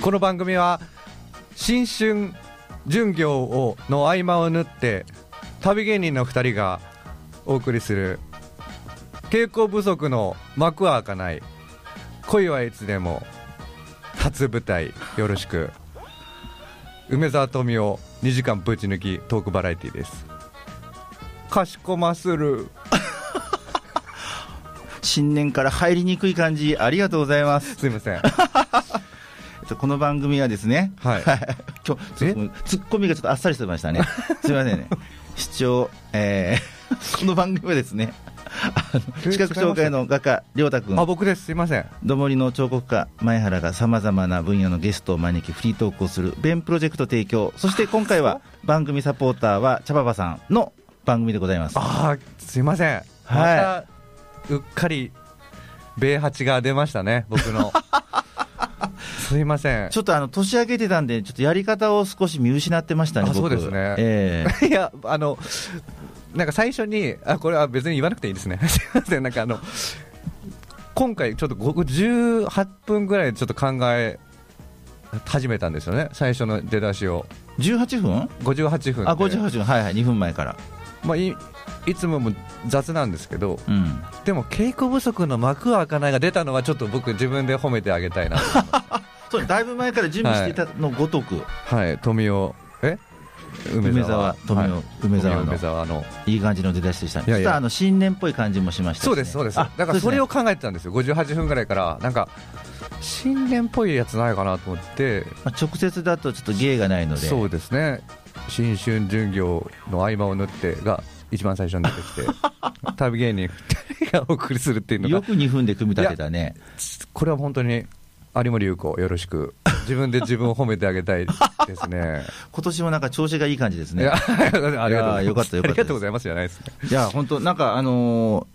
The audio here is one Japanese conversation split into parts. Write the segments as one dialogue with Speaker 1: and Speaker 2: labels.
Speaker 1: この番組は新春巡業をの合間を縫って旅芸人の2人がお送りする傾向不足の幕は開かない恋はいつでも初舞台よろしく梅沢富美男2時間ぶち抜きトークバラエティですかしこまする
Speaker 2: 新年から入りにくい感じありがとうございます、
Speaker 1: すいません
Speaker 2: えっと、この番組はですね
Speaker 1: はい
Speaker 2: 今日ツッツッコミがちょっとあっさりしてましたねすいませ んね視聴、えーこの番組はですねあの
Speaker 1: え
Speaker 2: 視覚障害の画家亮太君
Speaker 1: あ僕ですすいません
Speaker 2: どもりの彫刻家前原がさまざまな分野のゲストを招きフリートークをする弁プロジェクト提供そして今回は番組サポーターは茶葉ばさんの番組でございます
Speaker 1: ああすいません、またうっかり米八が出ましたね僕 のすいません
Speaker 2: ちょっとあの年明けてたんでちょっとやり方を少し見失ってましたね
Speaker 1: あ
Speaker 2: 僕
Speaker 1: そうですね
Speaker 2: ええ
Speaker 1: いやあのなんか最初にあこれは別に言わなくていいですね すいませんなんかあの今回ちょっとご18分ぐらいでちょっと考え始めたんですよね最初の出だしを
Speaker 2: 18分
Speaker 1: 58分で
Speaker 2: あ58分はいはい2分前から
Speaker 1: まあ、いいつもも雑なんですけど
Speaker 2: うん
Speaker 1: でも稽古不足の幕は開かないが出たのはちょっと僕自分で褒めてあげたいなと
Speaker 2: そうだいぶ前から準備していたのごとく、
Speaker 1: はい、富雄、え
Speaker 2: 梅沢富雄、
Speaker 1: はい
Speaker 2: 梅
Speaker 1: 富雄
Speaker 2: 沢の
Speaker 1: 梅沢の。
Speaker 2: いい感じの出だしでしたね
Speaker 1: いやいや
Speaker 2: ちょっとあの新年っぽい感じもしましたしね
Speaker 1: そうです、そうです。だ
Speaker 2: あ
Speaker 1: からそれ
Speaker 2: う
Speaker 1: を考えてたんですよ、58分ぐらいから、なんか、新年っぽいやつないかなと思って、
Speaker 2: ですねまあ直接だとちょっと芸がないので
Speaker 1: そうですね、新春巡業の合間を縫ってが、一番最初に出 てきて、旅芸人2人がお送りするっていうの
Speaker 2: よ
Speaker 1: が、
Speaker 2: く2分で組み立てたね
Speaker 1: これは本当に有森裕子、よろしく、自分で自分を褒めてあげたいですね。
Speaker 2: 今年もなんか調子がいい感じです
Speaker 1: い
Speaker 2: ね
Speaker 1: や ありがとうございます。
Speaker 2: よかったよかったです
Speaker 1: ありがとうございますじゃないですね。
Speaker 2: いや本当なんかあのー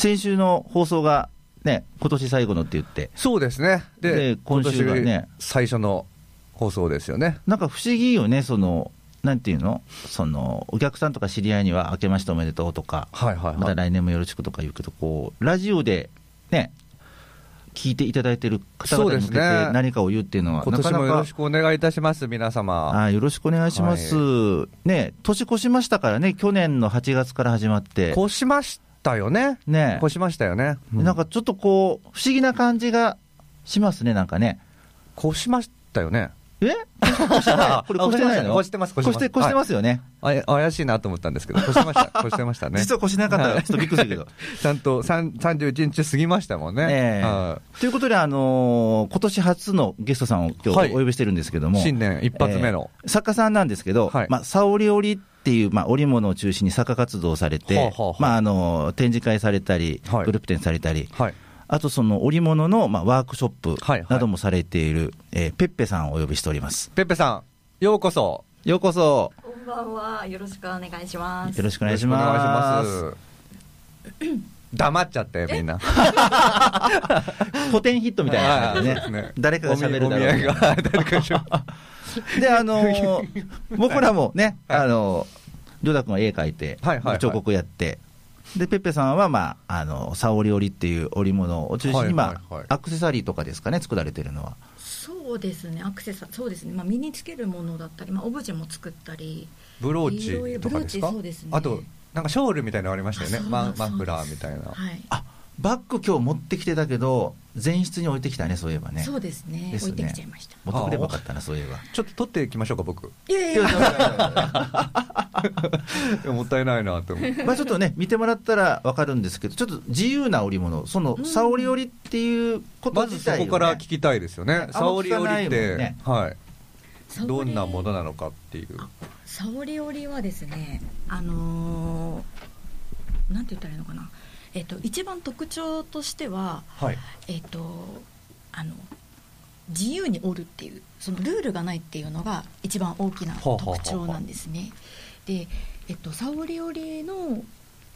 Speaker 2: 先週の放送がね今年最後のって言って
Speaker 1: そうですね。で、
Speaker 2: で今週がね
Speaker 1: 今年最初の放送ですよね。
Speaker 2: なんか不思議よねそのなんていうのそのお客さんとか知り合いには明けましておめでとうとか
Speaker 1: はいはい
Speaker 2: ま
Speaker 1: は
Speaker 2: た
Speaker 1: い。
Speaker 2: 来年もよろしくとか言うけど、こうラジオでね、聞いていただいてる方々に向
Speaker 1: そう
Speaker 2: け
Speaker 1: で
Speaker 2: て
Speaker 1: すね
Speaker 2: 何かを言うっていうのは、
Speaker 1: 今
Speaker 2: なか
Speaker 1: 年
Speaker 2: な
Speaker 1: もよろ
Speaker 2: か
Speaker 1: し。くお願いいたします、皆様。
Speaker 2: あーよろしくお願いします、ね、年越しましたからね、去年の8月から始まって、
Speaker 1: 越しましたよね。
Speaker 2: ね
Speaker 1: 越しましたよね。うん
Speaker 2: なんかちょっとこう、不思議な感じがしますね、なんかね、
Speaker 1: 越しましたよね。
Speaker 2: え
Speaker 1: あ
Speaker 2: これ越してないの
Speaker 1: 越してます、越
Speaker 2: 越して越してますよね、
Speaker 1: はいあ怪しいなと思ったんですけど、越してま した、越してましたね。
Speaker 2: 実は越してなかったら、ちょっとびっくりする けど。
Speaker 1: ちゃんとさん31日過ぎましたもんね。
Speaker 2: ええ
Speaker 1: は
Speaker 2: ということで、あのー今年初のゲストさんを今
Speaker 1: はい
Speaker 2: 日お呼びしてるんですけど
Speaker 1: い
Speaker 2: も、
Speaker 1: 新年一発目の。
Speaker 2: えー作家さんなんですけど、
Speaker 1: はい
Speaker 2: まあ、沙織織っていう、まあ、織物を中心に作家活動をされて、
Speaker 1: はあはあはあ
Speaker 2: まあ、あの展示会されたり、
Speaker 1: はい
Speaker 2: グループ展されたり、
Speaker 1: はい。
Speaker 2: あとその織物の、まあ、ワークショッ
Speaker 1: はいはい
Speaker 2: プなどもされている、えーペッペさんをお呼びしております。
Speaker 1: ペッペさん、ようこそ。
Speaker 2: ようこそ、
Speaker 3: こんばんは。よろしくお願いします。
Speaker 2: よろしくお
Speaker 1: お
Speaker 2: 願いします。
Speaker 1: 黙っちゃったよ、みんな。
Speaker 2: 古典ヒットみたいな感じでね、誰かが喋るだろう
Speaker 1: お見合いが誰かが喋る
Speaker 2: で、あの ー僕らもね、
Speaker 1: はい
Speaker 2: あのー、りょうたくんは絵描いて、
Speaker 1: はいはいはい
Speaker 2: 彫刻やって、で、ペッペさんは、まあ、あの、沙織織っていう織物を中心に、まあ、
Speaker 1: はいはいはい
Speaker 2: アクセサリーとかですかね、作られてるのは。
Speaker 3: そうですね。アクセサ、そうですね。まあ身につけるものだったり、まあオブジェも作ったり。
Speaker 1: ブローチとかですか
Speaker 3: ブローチそうですね
Speaker 1: あとなんかショールみたいなのありましたよね
Speaker 3: あそう
Speaker 1: マン
Speaker 3: そう
Speaker 1: マフラーみたいな、
Speaker 3: はい。
Speaker 2: バッグ今日持ってきてたけど、前室に置いてきたね、そういえばね。
Speaker 3: そうですね
Speaker 2: ですね
Speaker 3: 置いてきちゃいました。
Speaker 2: 持ってくればよかったな、そういえば。
Speaker 1: ちょっと取っていきましょうか僕
Speaker 3: いやいやいや。
Speaker 1: いやもったいないなと思って
Speaker 2: まあちょっとね、見てもらったらわかるんですけど、ちょっと自由な織物、その、
Speaker 3: うん
Speaker 2: 沙織織っていうこと
Speaker 1: まず
Speaker 2: 自
Speaker 1: そ
Speaker 2: 体をね、
Speaker 1: こから聞きたいですよね
Speaker 2: ね
Speaker 1: 沙織織っ
Speaker 2: あんま聞かない
Speaker 1: て、
Speaker 2: もんね
Speaker 1: はいどんなものなのかっていう
Speaker 3: 沙織織はですねあのーなんて言ったらいいのかなえっと一番特徴としては
Speaker 1: はい
Speaker 3: えっとあの自由に織るっていうそのルールがないっていうのが一番大きな
Speaker 1: ほうほうほうほう
Speaker 3: 特徴なんですね。で、えっと、沙織織の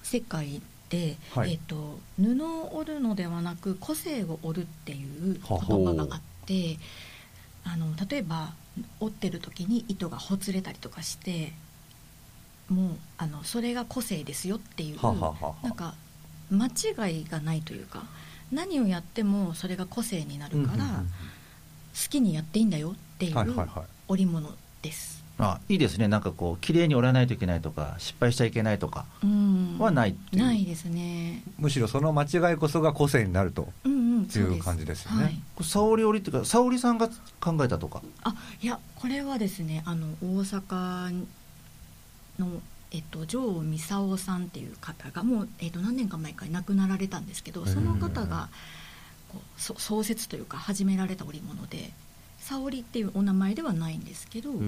Speaker 3: 世界で、
Speaker 1: はい
Speaker 3: えっと、布を織るのではなく個性を織るっていう言葉があってあの例えば織ってる時に糸がほつれたりとかしてもうあのそれが個性ですよっていう
Speaker 1: ははは
Speaker 3: なんか間違いがないというか何をやってもそれが個性になるから、好きにやっていいんだよっていう
Speaker 1: はいはいはい
Speaker 3: 織物です。
Speaker 2: あいいですねなんかこう綺麗に折らないといけないとか失敗しちゃいけないとか
Speaker 3: うん
Speaker 2: はないっていう
Speaker 3: ないですね。
Speaker 1: むしろその間違いこそが個性になると
Speaker 3: うんうん、
Speaker 1: って
Speaker 3: そ
Speaker 1: いう
Speaker 3: す
Speaker 1: 感じですよね
Speaker 3: はい
Speaker 2: こう沙織織っていうか沙織さんが考えたとか
Speaker 3: あいやこれはですねあの大阪の、えっと、城美沙夫さんっていう方がもう、えっと、何年か前から亡くなられたんですけどその方がこうそ創設というか始められた織物で沙織っていうお名前ではないんですけど、そう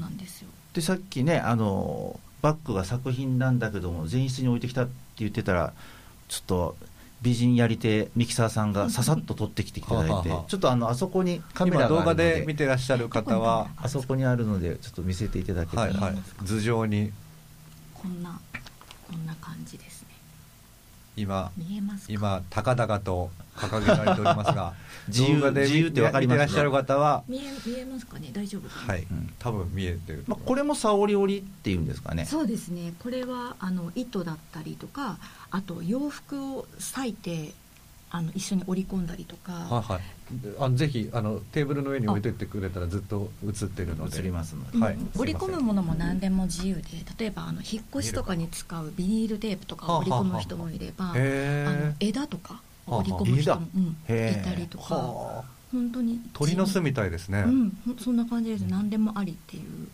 Speaker 3: なんですよ。
Speaker 2: でさっきねあのバッグが作品なんだけども前室に置いてきたって言ってたらちょっと美人やり手ミキサーさんがささっと撮ってきていただいて
Speaker 1: はあはあ
Speaker 2: ちょっとあのあそこにカメ
Speaker 1: 今
Speaker 2: ラ
Speaker 1: 動
Speaker 2: があ
Speaker 1: 画
Speaker 2: るので
Speaker 1: で見てらっしゃる方は
Speaker 2: あそこにあるのでちょっと見せていただけた
Speaker 1: は
Speaker 2: ら、
Speaker 1: いはい頭上に
Speaker 3: こんなこんな感じですね。
Speaker 1: 今
Speaker 3: 見えますか。
Speaker 1: 今高々と掲げられておりますが
Speaker 2: 自由
Speaker 1: 動画で見
Speaker 2: 自由ってわかりますね
Speaker 1: 見てらっしゃる方は
Speaker 3: 見え見えますかね。大丈夫かな。
Speaker 1: はい、
Speaker 2: うん
Speaker 1: 多分見えてる、
Speaker 2: まあ、これも沙織織っていうんですかね
Speaker 3: そうですねこれはあの糸だったりとかあと洋服を裂いてあの一緒に織り込んだりとか、
Speaker 1: はいはいあぜひあのテーブルの上に置いといてくれたらずっと映ってるので
Speaker 2: 映りますので、
Speaker 3: うん
Speaker 1: はい
Speaker 3: 織り込むものも何でも自由で例えばあの引っ越しとかに使うビニールテープとかを織り込む人もいればあの
Speaker 1: へえ
Speaker 3: 枝とかを織り込む人も、うん、
Speaker 2: へえ
Speaker 3: いたりとか
Speaker 1: はあ
Speaker 3: 本当に
Speaker 1: 鳥の巣みたいですね、
Speaker 3: うんほんそんな感じです何でもありっていう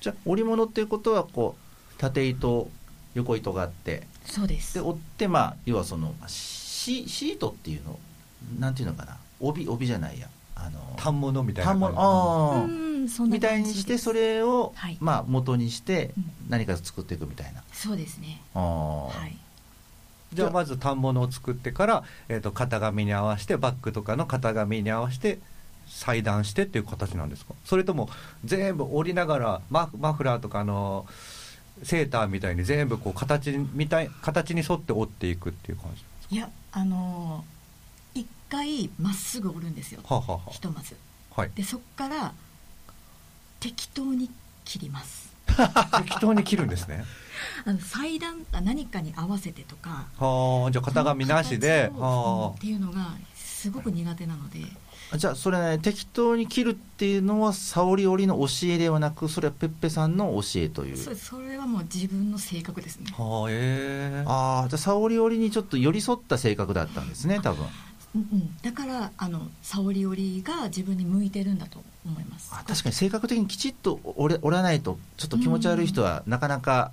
Speaker 2: じゃあ織物っていうことはこう縦糸横糸があって
Speaker 3: そうです
Speaker 2: で折ってまあ要はそのシシートっていうのなんていうのかな帯帯じゃないやあの
Speaker 1: 反物みたいな
Speaker 2: 反物
Speaker 1: あ
Speaker 2: あ
Speaker 3: う
Speaker 2: ー
Speaker 3: んそんな
Speaker 2: みたい
Speaker 3: 感
Speaker 2: に
Speaker 3: じ
Speaker 2: し
Speaker 3: で
Speaker 2: て
Speaker 3: す
Speaker 2: それを、
Speaker 3: はい
Speaker 2: まあ元にして
Speaker 3: うん
Speaker 2: 何か作っていくみたいな、
Speaker 3: そうですね
Speaker 2: あー
Speaker 3: はい
Speaker 1: じゃあまず反物を作ってから、えー、と型紙に合わせてバッグとかの型紙に合わせて裁断してっていう形なんですかそれとも全部折りながらマフマフラーとかあのセーターみたいに全部こう形にみたい形に沿って折っていくっていう感じ
Speaker 3: いやあのー一回まっすぐ折るんですよ
Speaker 1: はあ、はあは
Speaker 3: ひとまず
Speaker 1: あ、はい
Speaker 3: でそっから適当に切ります
Speaker 1: 適当に切るんですね
Speaker 3: あの裁断あ何かに合わせてとか
Speaker 1: はあじゃあ型紙なしで
Speaker 3: その形をうん
Speaker 1: は
Speaker 3: っていうのがすごく苦手なので
Speaker 2: あじゃあそれ、ね、適当に切るっていうのは沙織織の教えではなくそれはペッペさんの教えという
Speaker 3: そそれはもう自分の性格ですね
Speaker 1: あはあええ
Speaker 2: ああじゃあ沙織織にちょっと寄り添った性格だったんですね多分
Speaker 3: うんうんだからあの沙織織が自分に向いてるんだと思います
Speaker 2: あ確かに性格的にきちっと折れ折らないとちょっと気持ち悪い人はなかなか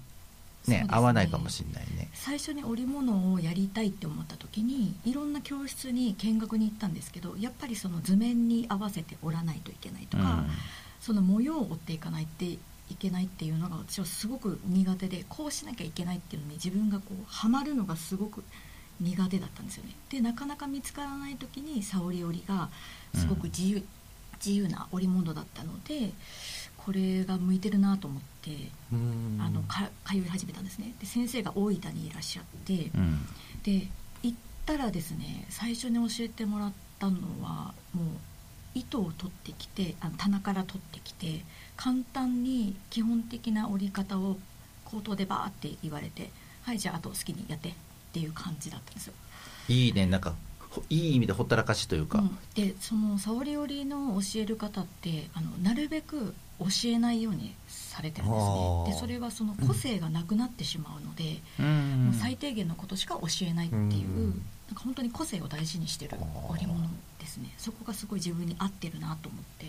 Speaker 2: ね,、
Speaker 3: そうですね
Speaker 2: 合わないかもしれないね
Speaker 3: 最初に織物をやりたいって思った時にいろんな教室に見学に行ったんですけどやっぱりその図面に合わせて織らないといけないとか、その模様を織っていかないっていけないっていうのが私はすごく苦手でこうしなきゃいけないっていうのに自分がこうハマるのがすごく苦手だったんですよね。でなかなか見つからない時に沙織織がすごく自由,、自由な織物だったのでこれが向いてるなと思って。
Speaker 1: うん
Speaker 3: あのか通い始めたんですねで先生が大分にいらっしゃって
Speaker 2: うん、うん
Speaker 3: で行ったらですね最初に教えてもらったのはもう糸を取ってきてあの棚から取ってきて簡単に基本的な折り方を口頭でバーって言われて「はいじゃああと好きにやって」っていう感じだったんですよ。
Speaker 2: いいねなんかほいい意味でほったらかしというか、
Speaker 3: うん、でその沙織織の教える方ってあのなるべく教えないようにされてるんです
Speaker 1: あ
Speaker 3: ね
Speaker 1: ー
Speaker 3: でそれはその個性がなくなってしまうので、
Speaker 2: うん
Speaker 3: もう最低限のことしか教えないっていう、
Speaker 1: うん
Speaker 3: なんか本当に個性を大事にしてる織物ですねそこがすごい自分に合ってるなと思って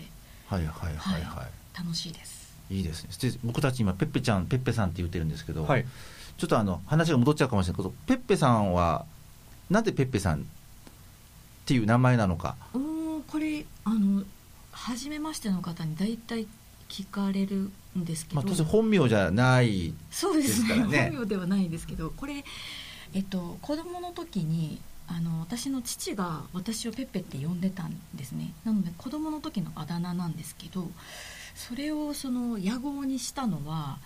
Speaker 2: はいはいはいは
Speaker 3: はい楽しいです
Speaker 2: いいですねで僕たち今ペッペちゃんペッペさんって言ってるんですけど、
Speaker 1: はい
Speaker 2: ちょっとあの話が戻っちゃうかもしれないけどペッペさんはなんでペッペさんっていう名前なのか
Speaker 3: うーんこれあの初めましての方に大体聞かれるんですけ
Speaker 2: ま
Speaker 3: ど、
Speaker 2: あ、当然本名じゃない、
Speaker 3: そうで
Speaker 2: です
Speaker 3: す
Speaker 2: か
Speaker 3: ね
Speaker 2: らね
Speaker 3: 本名ではないんですけどこれ、えっと、子供の時にあの私の父が私をペッペって呼んでたんですねなので子供の時のあだ名なんですけどそれをその野号にしたのは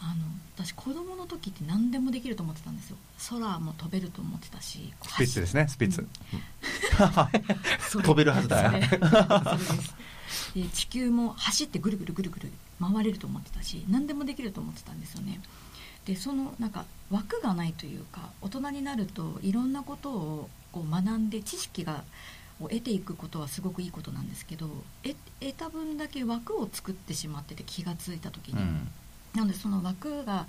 Speaker 3: あの私子供の時って何でもできると思ってたんですよ空も飛べると思ってたし
Speaker 1: スピッツですねスピッツ、
Speaker 3: うん
Speaker 1: うん
Speaker 3: それ
Speaker 2: 飛べるはずだ
Speaker 3: それそれですで地球も走ってぐるぐるぐるぐる回れると思ってたし何でもできると思ってたんですよね。でそのなんか枠がないというか大人になるといろんなことをこう学んで知識がを得ていくことはすごくいいことなんですけどえ得た分だけ枠を作ってしまってて気がついた時に、なのでその枠が、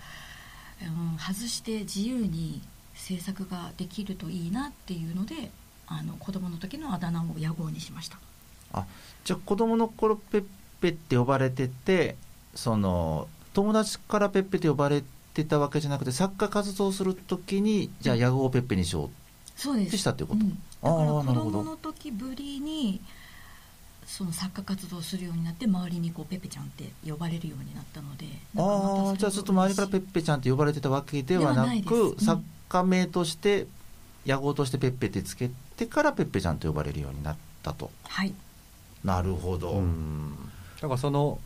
Speaker 3: うん、外して自由に制作ができるといいなっていうのであの子供の時のあだ名を野望にしました
Speaker 2: じゃあ子供の頃ペッペって呼ばれててその友達からペッペって呼ばれてたわけじゃなくて作家活動するときにじゃあ野号をペッペにしよ
Speaker 3: そう
Speaker 2: う
Speaker 3: で
Speaker 2: ってし
Speaker 3: す
Speaker 2: たっていうこと、
Speaker 3: うん、だから
Speaker 2: あーな
Speaker 3: 子
Speaker 2: るほど
Speaker 3: 供の時ぶりにその作家活動をするようになって周りにこうペペちゃんって呼ばれるようになったのでなんかまたそ
Speaker 2: あ
Speaker 3: れ
Speaker 2: あ
Speaker 3: も
Speaker 2: じゃあちょっと周りからペ
Speaker 3: 嬉しい
Speaker 2: ッペちゃんって呼ばれてたわけではな
Speaker 3: ではないです
Speaker 2: く
Speaker 3: うん
Speaker 2: 作家名として野号としてペッペってつけてからペッペちゃんと呼ばれるようになったと
Speaker 3: はい
Speaker 2: なるほど、
Speaker 1: うんだからその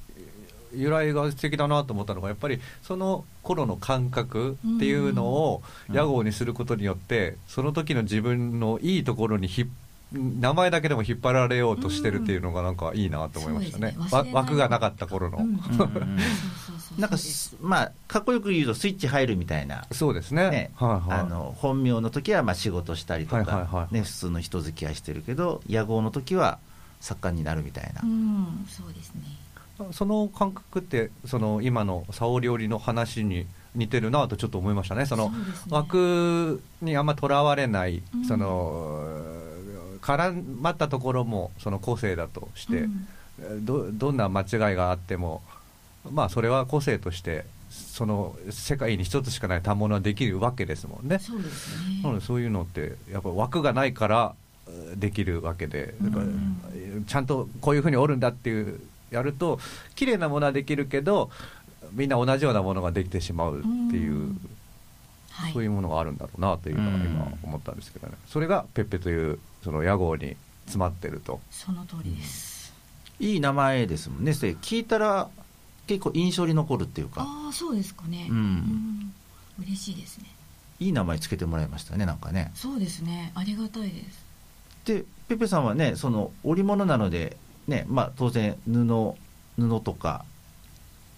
Speaker 1: 由来が素敵だなと思ったのがやっぱりその頃の感覚っていうのを
Speaker 2: うん
Speaker 1: 屋号にすることによってその時の自分のいいところにひっ名前だけでも引っ張られようとしてるっていうのがなんかいいなと思いましたね,
Speaker 3: うん
Speaker 1: わ、
Speaker 3: そうですね忘れない
Speaker 1: 枠がなかった頃の、
Speaker 3: うん
Speaker 2: うんうんうん
Speaker 3: そうそうそう
Speaker 4: なんか
Speaker 3: そうです
Speaker 4: すまあかっこよく言うとスイッチ入るみたいな
Speaker 1: そうですね
Speaker 4: ね
Speaker 1: はいはい
Speaker 4: あの本名の時はまあ仕事したりとか、
Speaker 1: はいはいはい
Speaker 4: ね、普通の人付き合いしてるけど野号の時は作家になるみたいな、
Speaker 3: うんそうですね
Speaker 1: その感覚ってその今の沙織織の話に似てるなとちょっと思いましたねその
Speaker 3: うですね
Speaker 1: 枠にあんまとらわれない、
Speaker 3: うん
Speaker 1: その絡まったところもその個性だとして、
Speaker 3: うん
Speaker 1: どどんな間違いがあってもまあそれは個性としてその世界に一つしかない反物はできるわけですもんね。
Speaker 3: そうです
Speaker 1: なの
Speaker 3: ね
Speaker 1: でそういうのってやっぱ枠がないからえーできるわけでだから
Speaker 3: うん
Speaker 1: えーちゃんとこういうふうに折るんだっていうやると綺麗なものはできるけどみんな同じようなものができてしまうっていう、
Speaker 3: うんはい
Speaker 1: そういうものがあるんだろうなというのは今思ったんですけどね、それがペッペというその屋号に詰まってると。
Speaker 3: その通りです、
Speaker 2: いい名前ですもんねそれ聞いたら結構印象に残るっていうか
Speaker 3: ああそうですかね
Speaker 2: うん
Speaker 3: うん嬉しいですね
Speaker 2: いい名前つけてもらいましたねなんかね
Speaker 3: そうですねありがたいです
Speaker 4: でペペさんはねその織物なので、ねまあ、当然布布とか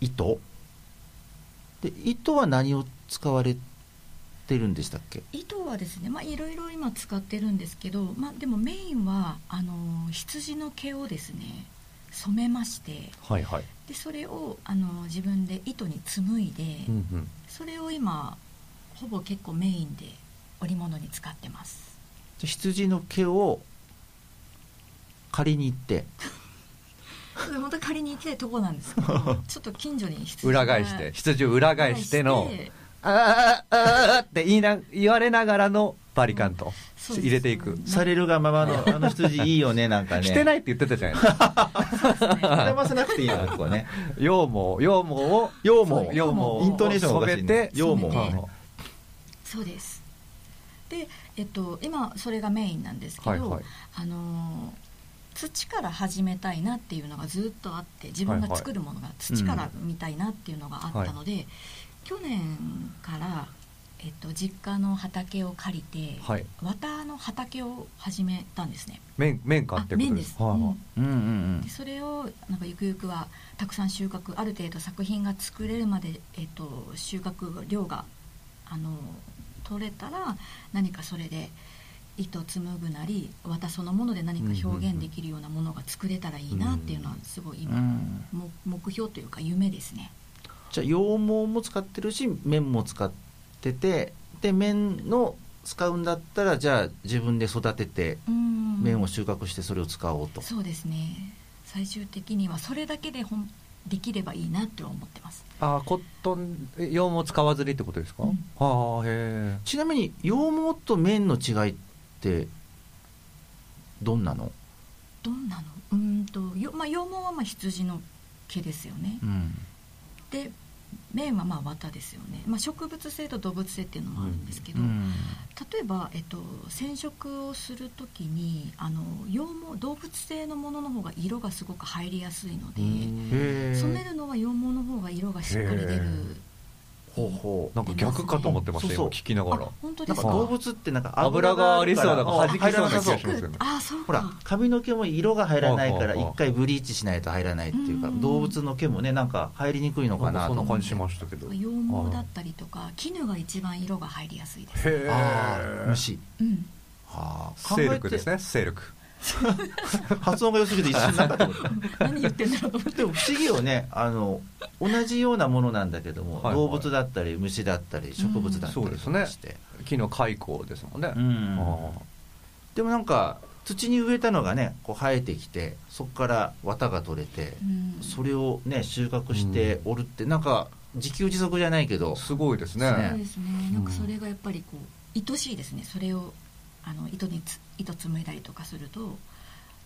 Speaker 4: 糸
Speaker 2: で糸は何を使われてるんでしたっけ
Speaker 3: 糸はですねまあいろいろ今使ってるんですけどまあでもメインはあの羊の毛をですね染めまして
Speaker 1: はいはい、
Speaker 3: でそれをあの自分で糸に紡いで、
Speaker 1: うんうん
Speaker 3: それを今ほぼ結構メインで織物に使って ます
Speaker 2: じゃあ羊の毛を借りに行って
Speaker 3: 本当は借りに行きたいとこなんです けどちょっと近所に羊が
Speaker 1: 裏返して羊を裏返しての
Speaker 3: 裏返して
Speaker 1: 「あーあーあーあーって言いな言われながらのバリカンと
Speaker 3: そうです
Speaker 1: 入れていく、
Speaker 4: されるがままのあの羊いいよねなんかね
Speaker 1: してないいって言ってたじゃない ですか
Speaker 4: 膨らませなくていいのここはね
Speaker 1: 羊毛羊毛を
Speaker 4: 羊
Speaker 3: そう
Speaker 4: 毛
Speaker 1: 羊毛を
Speaker 4: イントネーションがおかしいね
Speaker 1: 染めて
Speaker 4: 羊毛
Speaker 3: 染めて
Speaker 1: は
Speaker 3: そうですで、えっと、今それがメインなんですけど、
Speaker 1: はいはい
Speaker 3: あのー土から始めたいなっていうのがずっとあって自分が作るものが土から見たいなっていうのがあったので、去年から、えっと、実家の畑を借りて、
Speaker 1: はい
Speaker 3: 綿の畑を始めたんですね。
Speaker 1: 綿綿花
Speaker 3: あ
Speaker 1: ってこと
Speaker 3: 面
Speaker 1: で
Speaker 3: ですす、
Speaker 1: はい
Speaker 3: うん
Speaker 2: うんうんうん
Speaker 3: でそれをなんかゆくゆくはたくさん収穫ある程度作品が作れるまで、えっと収穫量があの取れたら何かそれで糸紡ぐなり綿そのもので何か表現できるようなものが作れたらいいなっていうのはすごい今、
Speaker 2: うん
Speaker 3: も目標というか夢ですね。
Speaker 2: じゃあ羊毛も使ってるし綿も使っててで綿の使うんだったらじゃあ自分で育てて
Speaker 3: うん
Speaker 2: 綿を収穫してそれを使おうと、
Speaker 3: そうですね最終的にはそれだけでほんできればいいなって思ってます。
Speaker 1: あーコットンえ羊毛使わずにってことですか、
Speaker 3: うん
Speaker 1: はあへ
Speaker 2: ちなみに羊毛と綿の違いってどんなの、
Speaker 3: どんなのうーんとよ、まあ、羊毛はまあ羊の毛ですよね。
Speaker 2: うん
Speaker 3: で綿はまあ綿ですよね、まあ、植物性と動物性っていうのもあるんですけど、例えば、えっと、染色をする時にあの羊毛動物性のものの方が色がすごく入りやすいの
Speaker 1: え
Speaker 3: で
Speaker 2: へえ
Speaker 3: 染めるのは羊毛の方が色がしっかり出る
Speaker 1: へえ
Speaker 2: ほ
Speaker 3: に
Speaker 2: ほうほう
Speaker 1: なんか逆かと思ってました、
Speaker 2: そうそう
Speaker 1: 今聞きながら
Speaker 3: あ本当
Speaker 2: な
Speaker 3: で
Speaker 2: ん
Speaker 3: す
Speaker 2: か
Speaker 3: か
Speaker 2: 動物ってなんか
Speaker 1: 油がありそうだから弾
Speaker 2: 入
Speaker 1: きそう
Speaker 2: ら
Speaker 1: な
Speaker 2: な
Speaker 1: 気
Speaker 2: さ
Speaker 1: が
Speaker 2: そう
Speaker 1: しますよね
Speaker 3: あそうか
Speaker 2: ほら髪の毛も色が入らないから
Speaker 1: ほうほうほう
Speaker 2: 一回ブリーチしないと入らないっていうか
Speaker 3: うん
Speaker 2: 動物の毛もねなんか入りにくいのかな
Speaker 1: そ
Speaker 2: と
Speaker 1: んな
Speaker 2: 思っ
Speaker 1: 感
Speaker 2: て
Speaker 1: じしましたけどへ
Speaker 3: 羊毛だったりとか絹が一番色が入りやすいです、
Speaker 2: ああ
Speaker 1: え
Speaker 2: 虫
Speaker 3: うん、
Speaker 2: はあ
Speaker 1: 勢力です
Speaker 2: ね
Speaker 1: ね勢力
Speaker 2: 発音が良すぎて一瞬なんかと 思った
Speaker 3: 何言ってんだろうと思って
Speaker 2: でも不思議よねあの同じようなものなんだけども、
Speaker 1: はいはい
Speaker 2: 動物だったり虫だったり植物だったりと
Speaker 1: うん
Speaker 2: かして、
Speaker 1: 昨日開口ですもんね、
Speaker 2: うん
Speaker 1: ああ
Speaker 2: でもなんか土に植えたのがねこう生えてきてそこから綿が取れて、
Speaker 3: うん
Speaker 2: それをね収穫しておるって、なんか自給自足じゃないけど
Speaker 1: すごいですね
Speaker 2: ね
Speaker 3: そうですねなんかそれがやっぱりこう愛しいですねそれをあの糸につ糸紡いだりとかすると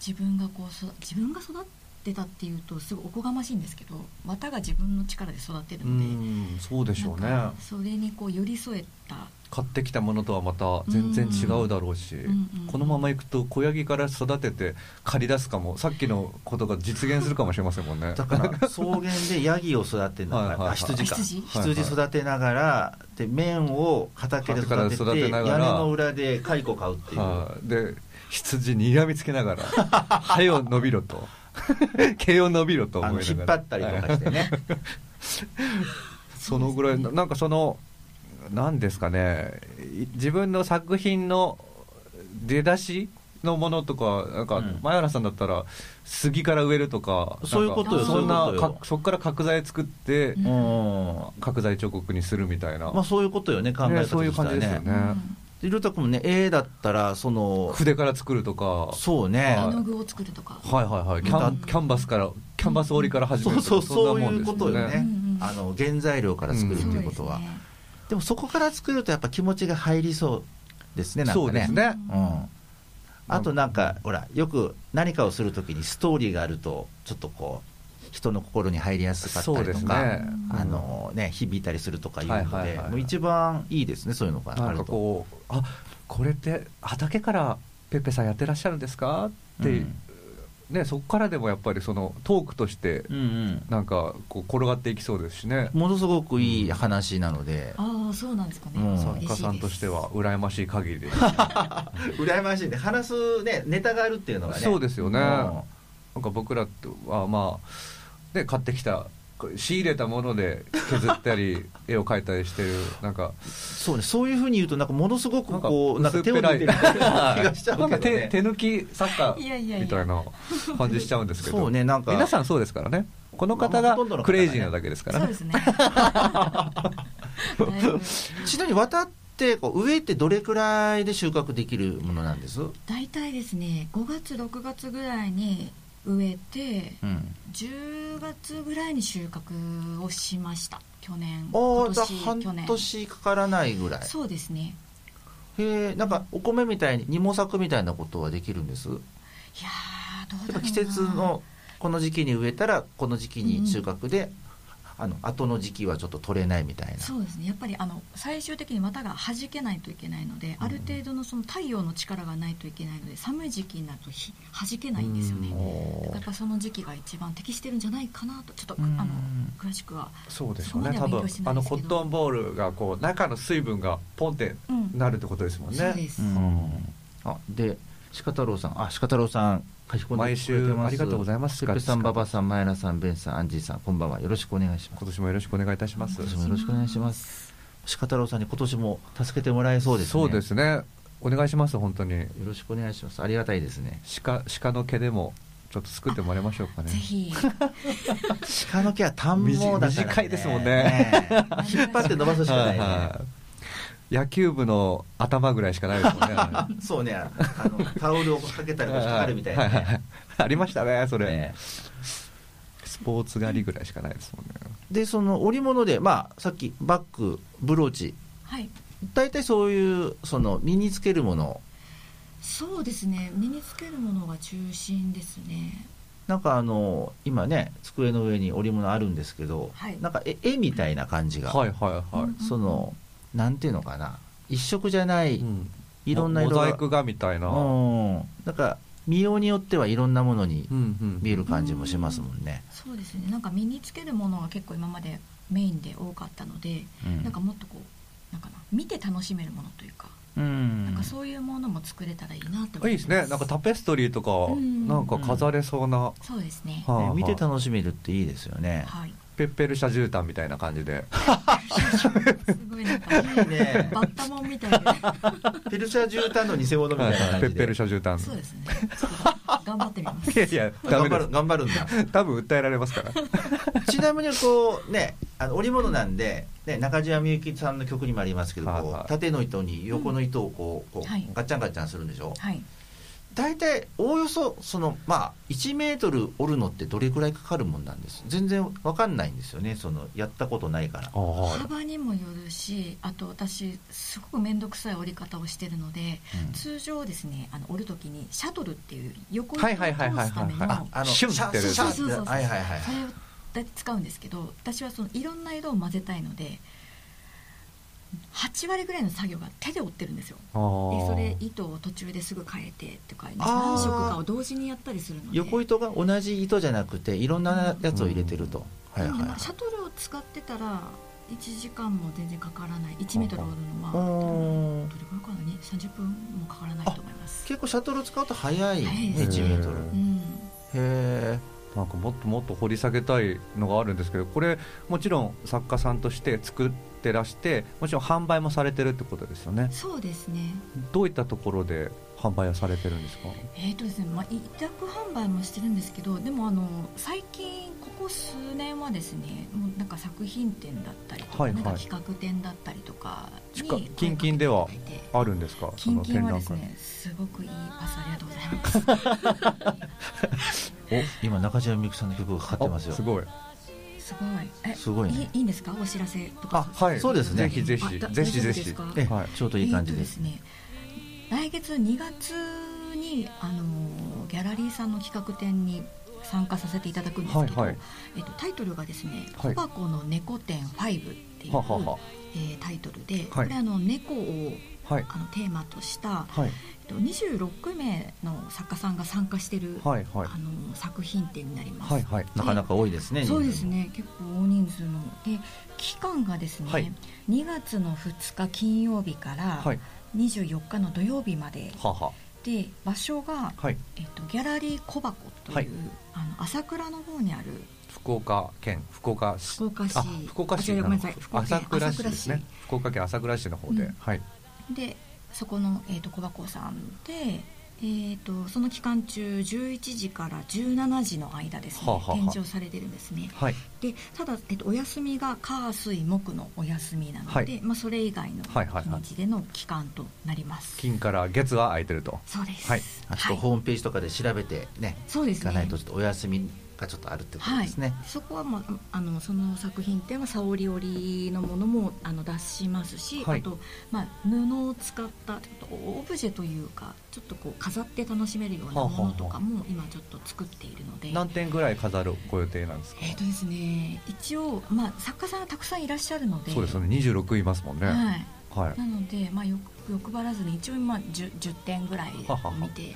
Speaker 3: 自分がこうそ自分が育ってたっていうとすごいおこがましいんですけど綿が自分の力で育てる
Speaker 1: う
Speaker 3: ので
Speaker 1: んそうでしょうね
Speaker 3: なんかそれにこう寄り添えた
Speaker 1: 買ってきたものとはまた全然違うだろうし、
Speaker 3: んうん
Speaker 1: このままいくと小ヤギから育てて借り出すかもさっきのことが実現するかもしれませんもんね
Speaker 2: だから草原でヤギを育てながら
Speaker 1: はいはいはい
Speaker 2: あ羊か
Speaker 3: 羊
Speaker 2: 羊育てながら、で綿を畑で育てて
Speaker 1: 畑から育てなが
Speaker 2: 屋
Speaker 1: ら
Speaker 2: 根の裏で蚕買うっていう、
Speaker 1: はいで羊に睨みつけながら 「肺を伸びろ」と 「毛を伸びろ」と
Speaker 2: あ
Speaker 1: 思
Speaker 2: の
Speaker 1: いな
Speaker 2: 引
Speaker 1: が
Speaker 2: っ
Speaker 1: ら
Speaker 2: 張ったりとかしてね、
Speaker 1: そのぐらいななんかその何ですかねい自分の作品の出だしのものとかなんか
Speaker 2: うん
Speaker 1: 前原さんだったら杉から植えるとか
Speaker 2: そういうこと
Speaker 1: な
Speaker 3: よ
Speaker 1: んかそん
Speaker 2: そう
Speaker 1: な
Speaker 2: いうことよ
Speaker 1: かそこから角材作って
Speaker 3: うん
Speaker 2: うん
Speaker 1: 角材彫刻にするみたいな、
Speaker 2: まあ、そういうことよね考え
Speaker 1: ね
Speaker 2: 方
Speaker 1: そういう
Speaker 2: とした
Speaker 1: 感じで
Speaker 2: ら
Speaker 1: すよ
Speaker 2: ね
Speaker 1: ね、
Speaker 2: でりょうたくんもね絵だったらその
Speaker 1: 筆から作るとか
Speaker 2: そうね
Speaker 1: は
Speaker 3: 絵
Speaker 1: い
Speaker 3: の具を作るとか、
Speaker 1: はいはいはいキャンキャンバスからキャンバス折りから始め
Speaker 2: そ
Speaker 1: る
Speaker 2: う
Speaker 1: と
Speaker 2: そ
Speaker 1: か
Speaker 2: うそういうことよ
Speaker 1: よ
Speaker 2: ね
Speaker 3: うんうん
Speaker 2: あの原材料から作るって
Speaker 3: そ
Speaker 2: いうう
Speaker 3: で
Speaker 2: こ
Speaker 3: す
Speaker 2: とは、
Speaker 3: ね
Speaker 2: でもそこから作るとやっぱ気持ちが入りそうですねなんかね
Speaker 1: そうですね
Speaker 2: うん、あとなんかほらよく何かをするときにストーリーがあるとちょっとこう人の心に入りやすかった
Speaker 1: そう
Speaker 2: り
Speaker 1: で
Speaker 2: と
Speaker 1: す
Speaker 2: か、
Speaker 1: ね
Speaker 2: あのね響いたりするとかいうので、
Speaker 1: はいはいはい
Speaker 2: もう一番いいですねそういうのがあ
Speaker 1: なん
Speaker 2: る
Speaker 1: か
Speaker 2: と。
Speaker 1: こうあこれって畑からペッペさんやってらっしゃるんですかって、
Speaker 2: うん
Speaker 1: ねそこからでもやっぱりそのトークとして
Speaker 2: うんうん
Speaker 1: なんかこう転がっていきそうですしね、
Speaker 2: ものすごくいい話なので、
Speaker 3: ああそうなんですかね、
Speaker 2: うん
Speaker 1: 作家さんとしては羨ましい限り です、
Speaker 2: 羨ましいね話すねネタがあるっていうのがね
Speaker 1: そうですよね
Speaker 2: うん
Speaker 1: なんか僕らはまあで買ってきた仕入れたもので削ったり絵を描いたりしてるなんか
Speaker 2: そうねそういうふうに言うとなんかものすごくこう
Speaker 1: な
Speaker 2: なん
Speaker 1: か薄
Speaker 2: んか手
Speaker 1: っ
Speaker 2: を
Speaker 1: ぺら
Speaker 2: 抜
Speaker 1: い
Speaker 2: いてるみたいな気がしち ゃ
Speaker 1: な
Speaker 2: うん
Speaker 1: か
Speaker 2: けど
Speaker 1: 手
Speaker 2: ね
Speaker 1: 手抜き作家
Speaker 3: いやいやいや
Speaker 1: みたいな感じしちゃうんですけど
Speaker 2: そうねなんか
Speaker 1: 皆さんそうですからねこの方
Speaker 2: まあ
Speaker 1: が
Speaker 2: ほとんどの方がね
Speaker 1: クレイジーなだけですから
Speaker 3: そう
Speaker 1: ね
Speaker 3: で すねだいぶ
Speaker 2: ちなみに渡ってこう植えってどれくらいで収穫できるものなんです、う
Speaker 3: 大体ですね5月6月ぐらいに植えて
Speaker 2: ん、
Speaker 3: 10月ぐらいに収穫をしました去年
Speaker 2: お
Speaker 3: 今
Speaker 2: おじゃあ
Speaker 3: 年
Speaker 2: 半
Speaker 3: 去年
Speaker 2: 年かからないぐらい
Speaker 3: そうですね
Speaker 2: へえんかお米みたいに二毛作みたいなことはできるんですや
Speaker 3: いやーどう
Speaker 2: っ
Speaker 3: だろう
Speaker 2: ぱ
Speaker 3: な
Speaker 2: 季節のこの時期に植えたらこの時期に収穫で、あの後の時期はちょっと取れないみたいな
Speaker 3: そうですねやっぱりあの最終的に綿が弾けないといけないので、
Speaker 2: うん
Speaker 3: ある程度のその太陽の力がないといけないので寒い時期になるとひ弾けないんですよね
Speaker 1: う
Speaker 2: おー
Speaker 3: やっぱその時期が一番適してるんじゃないかなとちょっと、
Speaker 2: うん
Speaker 3: あの詳しくは、
Speaker 1: そうでしょうね
Speaker 3: そ
Speaker 1: 多
Speaker 3: こまでは勉
Speaker 1: 分
Speaker 3: 強してな
Speaker 1: あ
Speaker 3: いで
Speaker 1: の
Speaker 3: すけ
Speaker 1: コ
Speaker 3: ど
Speaker 1: ットンボールがこう中の水分がポンって
Speaker 3: うん
Speaker 1: なるってことですもん
Speaker 3: そうで
Speaker 1: ね、
Speaker 3: す、
Speaker 2: うんあで鹿太郎さんあ鹿太郎さん書き込んで
Speaker 1: 毎
Speaker 2: くれ
Speaker 1: 週
Speaker 2: てます
Speaker 1: ありがとうございます
Speaker 2: ペペさん、馬場さん、前田さん、ベンさん、アンジーさん、こんばんは。よろしくお願いします。
Speaker 1: 今年もよろしくお願いいたします
Speaker 2: 今年もよろしくお願いします。鹿太郎さんに今年も助けてもらえそうですね。
Speaker 1: そうですねお願いします本当に
Speaker 2: よろしくお願いします。ありがたいですね。
Speaker 1: 鹿鹿の毛でもちょっと作ってもらいましょうかね
Speaker 3: ぜひ
Speaker 2: 鹿の毛は短毛だから、
Speaker 1: 短
Speaker 2: ね、
Speaker 1: い短いですもんね
Speaker 2: え 引っ張って伸ばすしかない、ね。
Speaker 1: はいはい野球部の頭ぐらいしかないですもんねあ
Speaker 2: そうね、あのタオルをかけた
Speaker 1: れ
Speaker 2: り引っかかるみたいな、
Speaker 1: はいはいは
Speaker 2: ね
Speaker 1: いありましたねそれ、
Speaker 2: ね
Speaker 1: スポーツ狩りぐらいしかないですもんね
Speaker 2: で、その織物で、まあ、さっきバッグ、ブローチ、
Speaker 3: はい
Speaker 2: 大体そういうその身につけるもの、
Speaker 3: そうですね身につけるものが中心ですね
Speaker 2: なんかあの今ね机の上に織物あるんですけど、
Speaker 3: はい
Speaker 2: なんか絵絵みたいな感じが、
Speaker 1: はいはいは
Speaker 2: そのなんていうのかな一色じゃない、
Speaker 1: い、うん
Speaker 2: いろんな色
Speaker 1: モザ
Speaker 2: が
Speaker 1: イク画みたいな、
Speaker 2: うんなんか見ようによってはいろんなものに
Speaker 1: うんうん
Speaker 2: 見える感じもしますもんね、
Speaker 3: そうですねなんか身につけるものは結構今までメインで多かったので、
Speaker 2: うん
Speaker 3: なんかもっとこうなんかな見て楽しめるものというか、
Speaker 2: うん
Speaker 3: なんかそういうものも作れたらいいなって思います
Speaker 1: いいですねなんかタペストリーとか、
Speaker 3: ん
Speaker 1: なんか飾れそうな、
Speaker 3: そうですね
Speaker 1: はあ
Speaker 2: ね
Speaker 3: は
Speaker 2: 見て楽しめるっていいですよね。
Speaker 3: い
Speaker 1: ペッペルシャ絨毯みたいな感じで
Speaker 3: すごいなんか
Speaker 2: いね
Speaker 3: バッタモンみたいな
Speaker 2: ペルシャ絨毯の偽物みたいな感じ
Speaker 1: ペ
Speaker 2: で。
Speaker 1: ッペルシャ絨毯
Speaker 3: そうですねちょっと頑張ってみます
Speaker 1: いやいやダメ
Speaker 2: 頑張
Speaker 1: で
Speaker 2: る頑張るんだ。
Speaker 1: す多分訴えられますから
Speaker 2: ちなみにこうねあの織物なんで、ね、中島みゆきさんの曲にもありますけど
Speaker 1: はい
Speaker 2: こ
Speaker 1: はいう
Speaker 2: 縦の糸に横の糸をこうこ
Speaker 3: はいう
Speaker 2: ガッチャンガッチャンするんでしょ
Speaker 3: はい
Speaker 2: 大体おおよそそのまあ1メートル折るのってどれくらいかかるもんなんです全然わかんないんですよねそのやった ことないから。
Speaker 1: あ
Speaker 3: 幅にもよるしあと私すごく面倒くさい折り方をしてるので通常ですねあの折る時にシャトルっていう横に
Speaker 1: は
Speaker 3: 通
Speaker 1: いはいはいはい
Speaker 3: すため
Speaker 1: はい
Speaker 3: の
Speaker 1: あシュンってやる
Speaker 2: シャン
Speaker 3: そうそうそうそう
Speaker 2: はいはいはい
Speaker 3: それを大体使うんですけど私はそのいろんな色を混ぜたいので8割ぐらいの作業が手で折ってるんですよ
Speaker 1: あ
Speaker 3: でそ
Speaker 1: ー
Speaker 3: れ糸を途中ですぐ変えてとか
Speaker 2: あー
Speaker 3: 何色かを同時にやったりするので
Speaker 2: 横糸が同じ糸じゃなくていろんなやつを入れてると。はいは
Speaker 3: なの
Speaker 2: い
Speaker 3: で
Speaker 2: は
Speaker 3: まあ
Speaker 2: い
Speaker 3: シャトルを使ってたら1時間も全然かからない1メートル折るのはどれぐらいかなね30分もかからないと思います
Speaker 2: 結構シャトル使うと早いね
Speaker 3: 早いです
Speaker 2: 1メートル。
Speaker 1: うん
Speaker 3: うん
Speaker 2: へ
Speaker 1: なんかもっともっと掘り下げたいのがあるんですけどこれもちろん作家さんとして作ってらしてもちろん販売もされてるってことですよね
Speaker 3: そうですね
Speaker 1: どういったところで販売をされてるんですか
Speaker 3: えーとですねまあ、委託販売もしてるんですけどでもあの最近ここ数年はですねもうなんか作品展だったりとか,、
Speaker 1: はいはい
Speaker 3: なんか企画展だったりとかに
Speaker 1: 近近々ではあるんですかそ
Speaker 3: 近
Speaker 1: の
Speaker 3: 々
Speaker 1: 展
Speaker 3: は
Speaker 1: 覧
Speaker 3: です
Speaker 1: 会
Speaker 3: ねすごくいいパスありがとうございます
Speaker 2: え。お今中島みゆきさんの曲がかかってますよ。
Speaker 1: あすごい
Speaker 3: すごいえ
Speaker 2: すごいね
Speaker 3: いいいんですかお知らせと
Speaker 1: あ
Speaker 3: か
Speaker 1: はい
Speaker 2: そうですね
Speaker 1: ぜひぜひ
Speaker 3: あだ
Speaker 1: ぜひぜひ
Speaker 3: 大丈夫
Speaker 2: え
Speaker 3: です
Speaker 2: え
Speaker 1: はい
Speaker 2: ちょうどいい感じで
Speaker 3: えーとですね来月2月にあのギャラリーさんの企画展に参加させていただくんですけど、
Speaker 1: はいはい
Speaker 3: えっとタイトルがですね「
Speaker 1: はい
Speaker 3: 小箱の猫展5」っていう、
Speaker 1: ははは
Speaker 3: えータイトルで、これ
Speaker 1: はい
Speaker 3: あの猫を
Speaker 1: はい
Speaker 3: あのテーマとした、
Speaker 1: はい
Speaker 3: えっと、26名の作家さんが参加してる、
Speaker 1: はいはい
Speaker 3: あの作品展になります。
Speaker 1: はいはい
Speaker 2: なかなか多いですね。
Speaker 3: そうですね結構大人数ので期間がですね、
Speaker 1: はい
Speaker 3: 2月の2日金曜日から
Speaker 1: はい
Speaker 3: 24日の土曜日まで、
Speaker 1: はは
Speaker 3: で場所が、
Speaker 1: はい
Speaker 3: えっと、ギャラリー小箱という、
Speaker 1: はい
Speaker 3: あの朝倉の方にある
Speaker 1: 福岡県福岡市
Speaker 3: 福岡市
Speaker 1: あ福岡市
Speaker 3: あ違う
Speaker 1: な
Speaker 3: ご
Speaker 1: の
Speaker 3: めん
Speaker 1: か
Speaker 3: なさい福岡県
Speaker 1: 朝倉市ですね
Speaker 3: 朝倉
Speaker 1: 福岡県朝倉市の方で、
Speaker 3: うん
Speaker 1: はい
Speaker 3: でそこの、えっと、小箱さんで、えっとその期間中11時から17時の間ですね
Speaker 1: はあはあはあ
Speaker 3: 展示をされてるんですね。
Speaker 1: はい
Speaker 3: でただ、えっと、お休みが火水木のお休みなので、
Speaker 1: はい
Speaker 3: まあ、それ以外の
Speaker 1: はいはいはい
Speaker 3: 日にちでの期間となります、
Speaker 1: 金から月は空いてると
Speaker 3: そうです、
Speaker 1: はい
Speaker 2: あちょっと
Speaker 3: はい
Speaker 2: ホームページとかで調べてね、
Speaker 3: そうで
Speaker 2: 行
Speaker 3: す
Speaker 2: かない
Speaker 3: ね
Speaker 2: とちょっとお休みがちょっとあるってこと
Speaker 3: は
Speaker 2: で
Speaker 3: い
Speaker 2: すね。、
Speaker 3: そこは、まあ、あのその作品展は沙織織のものもあの出しますし、
Speaker 1: はい
Speaker 3: あと、まあ、布を使ったちょっとオブジェというかちょっとこう飾って楽しめるよう
Speaker 1: は
Speaker 3: な
Speaker 1: あはあ
Speaker 3: ものとかも今ちょっと作っているので。
Speaker 1: 何点ぐらい飾るご予定なんですか、
Speaker 3: えーとですね、一応、まあ、作家さんがたくさんいらっしゃるので
Speaker 1: そうですよね26いますもんね、
Speaker 3: はい、
Speaker 1: はい
Speaker 3: なので、まあ、欲欲張らずに一応、まあ、10, 10点ぐらい
Speaker 1: ははは
Speaker 3: 見て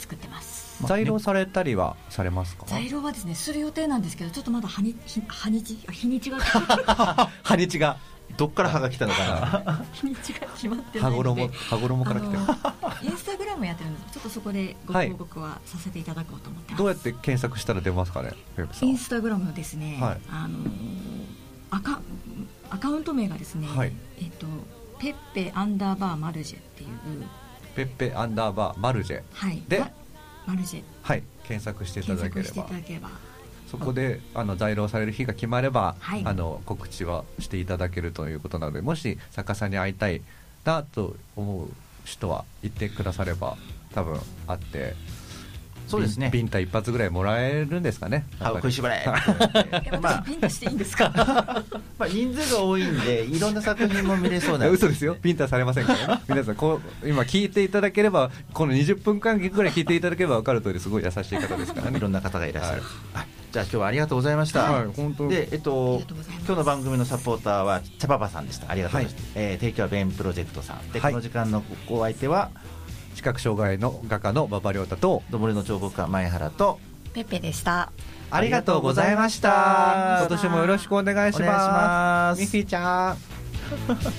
Speaker 3: 作ってます。
Speaker 1: 在労されたりはされますか
Speaker 3: 材料はですねする予定なんですけどちょっとまだはに日はにち日にちが
Speaker 1: 羽日が
Speaker 2: どっから歯が来たのか な。
Speaker 3: 日にちが決まってな
Speaker 1: 羽
Speaker 3: いの
Speaker 1: 衣
Speaker 3: で。
Speaker 1: 羽衣から来てる
Speaker 3: あのインスタグラムやってるんですちょっとそこでご
Speaker 1: はい
Speaker 3: 報告はさせていただこうと思ってます、
Speaker 1: どうやって検索したら出ますかねウェブさ
Speaker 3: イ
Speaker 1: ん
Speaker 3: ンスタグラムのですね、
Speaker 1: はい
Speaker 3: あのーアカアカウント名がですね、
Speaker 1: はい
Speaker 3: えっとペッペアンダーバーマルジェっていう
Speaker 1: ペッペアンダーバーマルジェ
Speaker 3: はい
Speaker 1: で
Speaker 3: まマルジェ
Speaker 1: はい検索していただ
Speaker 3: 検
Speaker 1: け
Speaker 3: 索
Speaker 1: れ
Speaker 3: してい
Speaker 1: ば
Speaker 3: ただければ
Speaker 1: そこであの在労される日が決まれば、
Speaker 3: はい
Speaker 1: あの告知はしていただけるということなのでもし作家さんに会いたいなと思う人は言ってくだされば多分会って
Speaker 2: そうですね。
Speaker 1: ビンビンタ一発ぐらいもらえるんですかね
Speaker 2: 歯を 食いしば れ。
Speaker 3: え私、
Speaker 2: まあ
Speaker 3: ピンタしていいんです か
Speaker 2: まあ人数が多いんでいろんな作品も見れそうな ん
Speaker 1: 嘘ですよビンタされませんから ね皆さんこう今聞いていただければこの20分間ぐらい聞いていただければ分かる通りすごい優しい方ですからね
Speaker 2: いろんな方がいらっしゃる
Speaker 1: は。
Speaker 2: あじゃあ今日はありがとうございました。
Speaker 1: はい本当
Speaker 2: でえっ
Speaker 3: あ
Speaker 2: と
Speaker 3: りがとうございます
Speaker 2: 今日の番組のサポーターはチャパパさんでした。ありがとうございました。えー提供はベンプロジェクトさんで
Speaker 1: は
Speaker 2: こ
Speaker 1: い
Speaker 2: の時間のご相手は
Speaker 1: 視覚障害の画家の馬場亮太と
Speaker 2: どもりの彫刻家前原と。
Speaker 3: ペッペでした
Speaker 1: ありがとうございました。今年もよろしくお願いし
Speaker 2: お願いし
Speaker 1: ま。
Speaker 2: ますす
Speaker 1: ミッフィーちゃん。